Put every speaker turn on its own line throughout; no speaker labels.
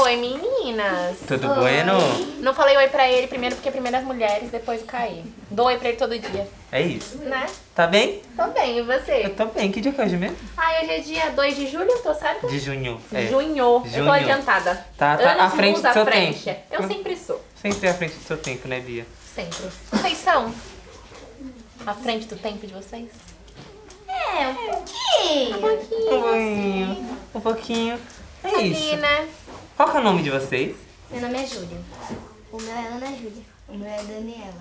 Oi, meninas.
Tudo bueno?
Não falei oi pra ele primeiro porque primeiro as mulheres, depois o Caí. Dou oi pra ele todo dia,
É isso.
né?
Tá bem?
Tô bem, e
Eu
você?
tô bem. Que dia que é hoje mesmo?
Ai, hoje é dia 2 de julho, tô certa?
De junho. É.
Junho. Eu tô
Junho.
adiantada.
Tá- tá
Anos
à frente
luz
do seu
à frente.
tempo.
Eu sempre sou.
Sempre à frente do seu tempo, né, Bia?
Sempre. Vocês são? À frente do tempo de vocês?
É, um pouquinho.
Um pouquinho. Um pouquinho. É
Ali,
isso.
né?
Qual que é o nome de vocês?
Meu nome é Júlia. O meu é Ana Júlia. O meu é Daniela.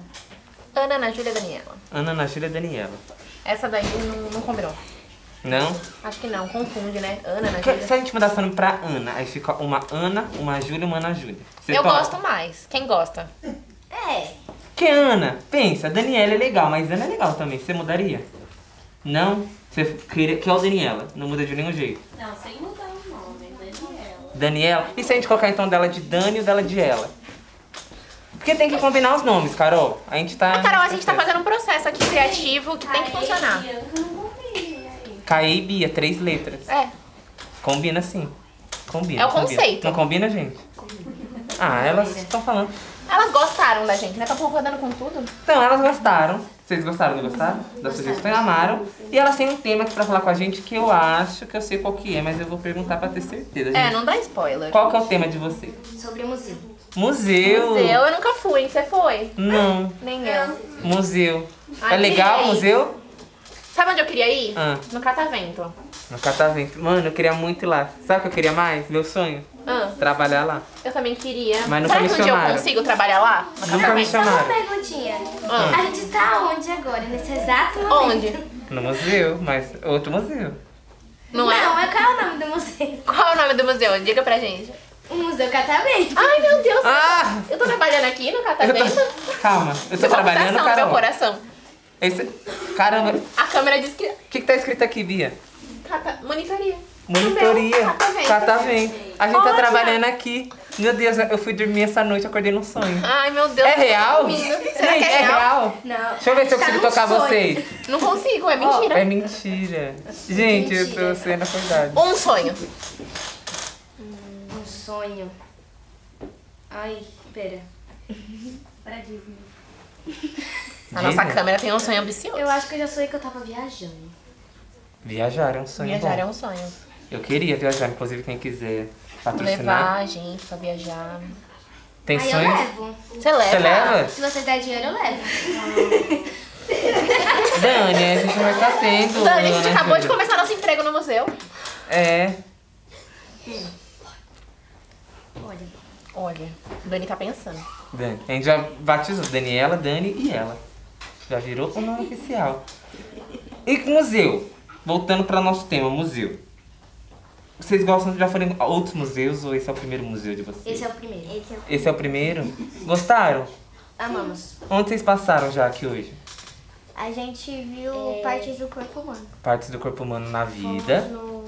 Ana, Ana, Júlia, Daniela.
Ana, Ana Júlia e Daniela.
Essa daí não, não combinou.
Não?
Acho que não, confunde, né? Ana, Ana,
Que- Se
Júlia.
a gente mudar seu nome pra Ana, aí fica uma Ana, uma Júlia e uma Ana Júlia. Você
Eu
topa?
gosto mais. Quem gosta?
É.
Que Ana? Pensa, Daniela é legal, mas Ana é legal também. Você mudaria? Não? Você queria que é o Daniela? Não muda de nenhum jeito.
Não, sem mudar o nome, é Daniela.
Daniela. E se a gente colocar então dela de Dani ou dela de ela? Porque tem que combinar os nomes, Carol. A gente tá.
Ah, Carol, a gente tá fazendo um processo aqui criativo que tem que funcionar.
Bianca não combina aí.
Caí e Bia, três letras.
É.
Combina sim. Combina.
É o
combina.
conceito.
Não combina, gente? Ah, elas estão falando.
Elas gostaram da gente, né? Tá concordando com tudo?
Então, elas gostaram. Vocês gostaram, não gostaram? Das sugestões, amaram. E elas têm um tema aqui pra falar com a gente que eu acho que eu sei qual que é, mas eu vou perguntar pra ter certeza.
É,
gente.
não dá spoiler.
Qual que é o tema de vocês?
Sobre o museu.
Museu.
Museu, eu nunca fui. Você foi?
Não.
Nem eu.
Museu.
Ai,
é legal o
gente.
museu?
Sabe onde eu queria ir?
Ah.
No Catavento.
No catavento. Mano, eu queria muito ir lá. Sabe o que eu queria mais? Meu sonho?
Ah,
Trabalhar lá.
eu também queria.
Mas nunca
Será
me
que um dia eu
chamaram.
consigo trabalhar lá? No
Nunca me
Catavento?
Só uma
chamaram.
perguntinha.
Ah.
A gente tá onde agora, nesse exato momento?
Onde?
No museu, mas outro museu.
Não é?
Não, é qual é o nome do museu?
Qual é o nome do museu? Diga pra gente.
O Museu Catavento.
Ai, meu Deus.
Ah!
Eu tô trabalhando aqui no
Eu
Catavento.
tô... Calma, eu tô
Meu
trabalhando,
coração, meu
Carol.
coração.
Esse... Caramba,
A câmera diz que...
o que, que tá escrito aqui, Bia?
Cata... Monitoria.
Monitoria.
Catavento.
Catavento. A gente tá
Olha!
trabalhando aqui. Meu Deus, eu fui dormir essa noite, acordei num sonho.
Ai, meu Deus.
É
eu tô
real?
dormindo.
Gente,
Será que é real?
Não.
Deixa eu ver se eu
Tá
consigo
num
tocar
sonho.
vocês.
Não consigo, é mentira.
É mentira. Gente, eu tô sendo acordado.
Um sonho.
Um sonho. Ai, pera.
Pra Disney.
A nossa
Disney?
câmera tem um sonho ambicioso.
Eu acho que eu já sonhei que eu tava viajando.
Viajar é um sonho
Viajar
bom.
é um sonho.
Eu queria viajar, inclusive quem quiser patrocinar.
Levar a gente pra viajar.
Tem
Aí eu
sonho?
levo.
Você leva?
Você
É.
leva?
Se você der dinheiro, eu levo.
Dani, a gente vai estar tendo.
Dani, a gente
né,
acabou de
Júlia?
começar nosso emprego no museu.
É.
Olha.
Olha, Dani tá pensando.
Dani. A gente já batizou Daniela, Dani e ela. Já virou o nome oficial. E com museu. Voltando para nosso tema, museu. Vocês gostam de já foram em outros museus ou esse é o primeiro museu de vocês?
Esse é o primeiro. Esse é o...
Esse é o primeiro? Gostaram?
Amamos.
Onde vocês passaram já aqui hoje?
A gente viu partes do corpo humano.
Partes do corpo humano na vida.
No...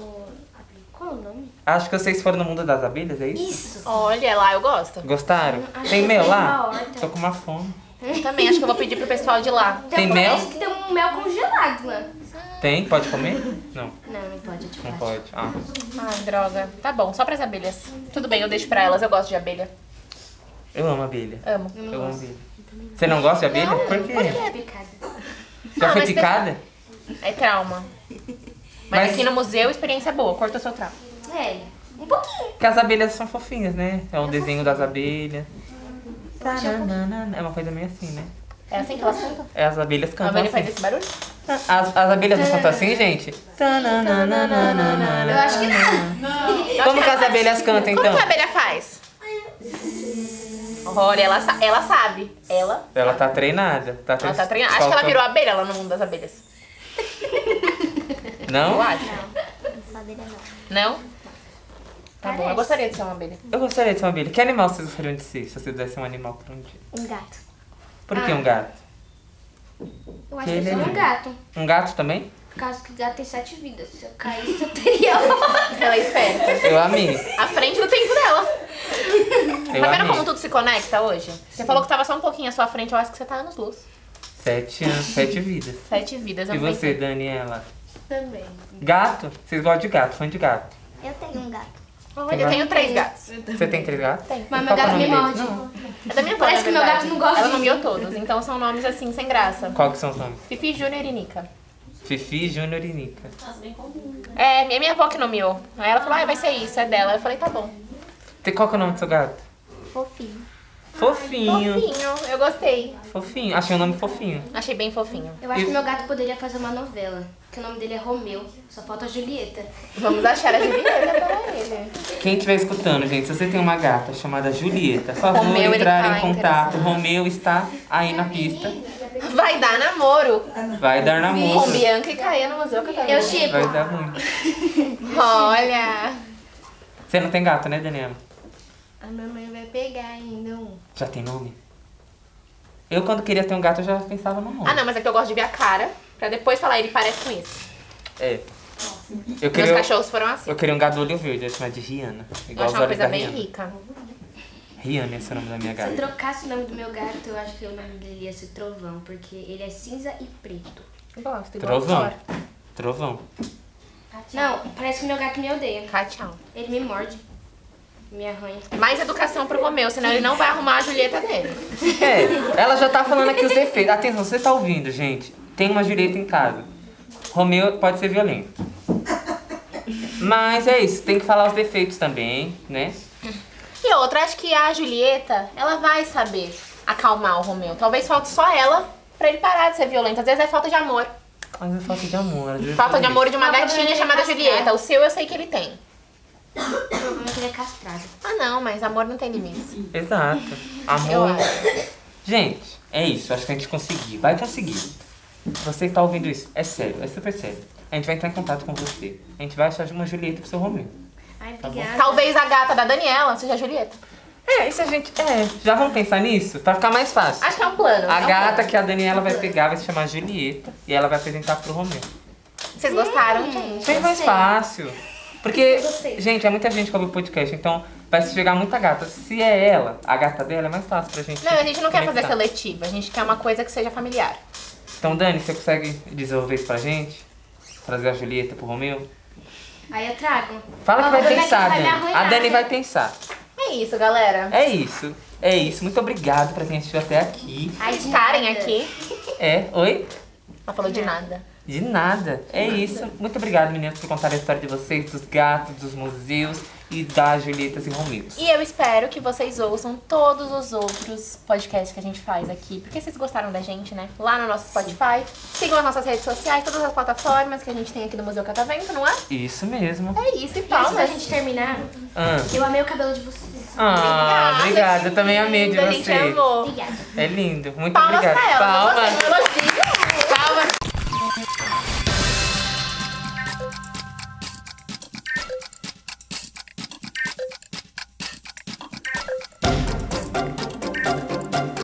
Qual é o nome?
Acho que vocês foram no mundo das abelhas, é isso?
Olha lá, eu gosto.
Gostaram? Tem mel lá? Tô com uma fome.
Eu também acho que eu vou pedir pro pessoal de lá.
Tem mel?
Parece que tem um mel congelado lá.
Tem? Pode comer? Não,
Não, não pode, é de
não
plástico.
pode. Ah.
Ai, droga. Tá bom, só pras abelhas. Tudo bem, eu deixo pra elas, eu gosto de abelha.
Eu amo abelha.
Amo.
Eu amo abelha. Você não gosta de abelha? Por quê?
É picada.
Já
Ah,
foi
mas
picada?
É trauma. Mas,
Mas-
aqui no museu, experiência boa. Corta o seu trauma.
É, um pouquinho.
Porque as abelhas são fofinhas, né? É o desenho das abelhas. Tananana. É uma coisa meio assim, né?
É assim que elas cantam?
É, As abelhas
A
cantam
abelha faz
assim.
esse barulho?
As, as abelhas não cantam assim, gente?
Eu
Tananana.
acho que não.
Como que as abelhas cantam,
Como
então?
que a abelha faz? Olha, ela, sa- ela sabe. Ela,
Ela tá treinada. Tá
ela tá
tre-
treinada. Acho que ela
faltando-
virou abelha lá no mundo das abelhas. Eu
Não?
acho.
Não saberia não.
Não? Tá bom, eu gostaria de ser uma abelha.
Eu gostaria de ser uma abelha. Que animal vocês gostariam de ser? Se vocês pudessem um animal por um dia.
Um gato.
Ah.
Por que um gato?
Eu acho
Que
que eu sou
legal.
um gato.
Um gato também?
Por causa que gato tem sete vidas. Se eu caísse, eu teria uma.
Ela é esperta.
Eu amei.
À frente do tempo dela.
Eu
tá vendo
amei.
como tudo se conecta hoje? Você falou que tava só um pouquinho à sua frente, eu acho que você tá anos luz.
Sete anos, sete vidas.
Sete vidas, eu
E
não
você,
pensei.
Daniela?
Também.
Gato? Vocês gostam de gato, fã de gato.
Eu tenho um gato.
Olha, eu tenho três gatos.
Você tem três gatos? Tem.
Mas meu gato me morde.
É da minha avó,
Parece
na
que meu
verdade.
gato não gosta
Ela
de
não miou todos, então são nomes assim, sem graça.
Qual que são os nomes?
Fifi, Júnior e Nica.
Fifi, Júnior e Nica.
Nossa, bem comum. né?
É, minha, minha avó que nomeou. Aí ela falou, ah, vai ser isso, é dela. Eu falei, tá bom.
Tem- Qual que é o nome do seu gato?
Fofinho.
Fofinho.
Fofinho, eu gostei.
Fofinho. Achei o nome fofinho.
Achei bem fofinho.
Eu acho que meu gato poderia fazer uma novela. Que o nome dele é Romeu. Só falta a Julieta.
Vamos achar a Julieta para ele.
Quem estiver escutando, gente, se você tem uma gata chamada Julieta, por favor,
Romeu, ele
entrar
tá
em contato. Romeu está aí na pista.
Vai dar namoro
Vai dar namoro.
com Bianca e Caia no Museu
Tá
Catavento.
Eu chipo.
Vai dar muito.
Olha!
Você não tem gato, né, Daniela?
A minha mãe vai pegar ainda um.
Já tem nome? Eu, quando queria ter um gato, eu já pensava no nome.
Ah, não, mas é que eu gosto de ver a cara, pra depois falar, ele parece com isso.
É. Eu
Meus
queria,
cachorros foram assim.
eu queria um gato do olho verde, eu ia chamar de Rihanna.
Eu
Igual
acho
as
uma
olhos
coisa
da
bem
Rihanna.
rica.
Rihanna, esse é o nome da minha
Se eu
gata.
trocasse o nome do meu gato, eu acho que o nome dele ia ser Trovão, porque ele é cinza e preto.
Eu Gosto, igual
Trovão.
a
Trovão.
Tá
Não, parece que meu gato me odeia.
Cá, tchau.
Ele me morde, me arranha.
Mais educação pro Romeu, senão ele não vai arrumar a Julieta dele.
É, ela já tá falando aqui os defeitos. Atenção, você tá ouvindo, gente. Tem uma direita em casa. Romeu pode ser violento. Mas é isso, tem que falar os defeitos também, né?
E outra, acho que a Julieta, ela vai saber acalmar o Romeu. Talvez falte só ela pra ele parar de ser violento. Às vezes é falta de amor.
Mas é falta de amor. às vezes
Falta de
é
amor assim, de uma
Mas o
gatinha
Romeu
chamada
é
Julieta.
cascado.
O seu eu sei que ele tem.
O problema é que ele é castrado.
Ah, não, mas amor não tem limites.
isso. Exato.
Eu
Amor.
acho.
Gente, é isso. Acho que a gente conseguiu. Vai conseguir. Você que tá ouvindo isso, é sério, é super sério. A gente vai entrar em contato com você. A gente vai achar uma Julieta pro seu Romeu.
Ai,
Tá bom.
obrigada.
Talvez a gata da Daniela seja a Julieta.
É, isso a gente. É. Já vamos pensar nisso? Pra ficar mais fácil.
Acho que é um plano. é
A
um
gata
plano.
que a Daniela vai pegar vai se chamar Julieta e ela vai apresentar pro Romeu.
Vocês gostaram, gente?
Bem mais fácil. Porque,
Gostei.
gente, é muita gente que ouve o podcast, então vai se chegar muita gata. Se é ela, a gata dela, é mais fácil pra gente.
Não, a gente não quer fazer
conectar.
seletiva. A gente quer uma coisa que seja familiar.
Então, Dani, você consegue desenvolver isso pra gente? Trazer a Julieta pro Romeu?
Aí eu trago.
Fala que
Ó,
vai
o meu
pensar,
gatinho vai me
Dani. A
arruinar.
né?
Dani vai pensar.
É isso, galera.
É isso. É isso. Muito obrigado pra quem assistiu até aqui.
Ai, de
Estarem
nada.
aqui.
É, oi?
Ela falou de nada.
De nada. É isso. Muito obrigado, meninas, por contar a história de vocês, dos gatos, dos museus e das Julietas e Romeus.
E eu espero que vocês ouçam todos os outros podcasts que a gente faz aqui, porque vocês gostaram da gente, né? Lá no nosso Spotify. Sigam as nossas redes sociais, todas as plataformas que a gente tem aqui do Museu Catavento, não é?
Isso mesmo.
É isso, e
Antes da
palmas.
gente terminar,
Ah,
eu amei o cabelo de vocês.
ah obrigada. Eu também amei de
lindo, A gente
você.
amou.
Obrigada.
É lindo. Muito
Palmas
obrigada.
pra ela.
Palmas.
Palmas. Elogio.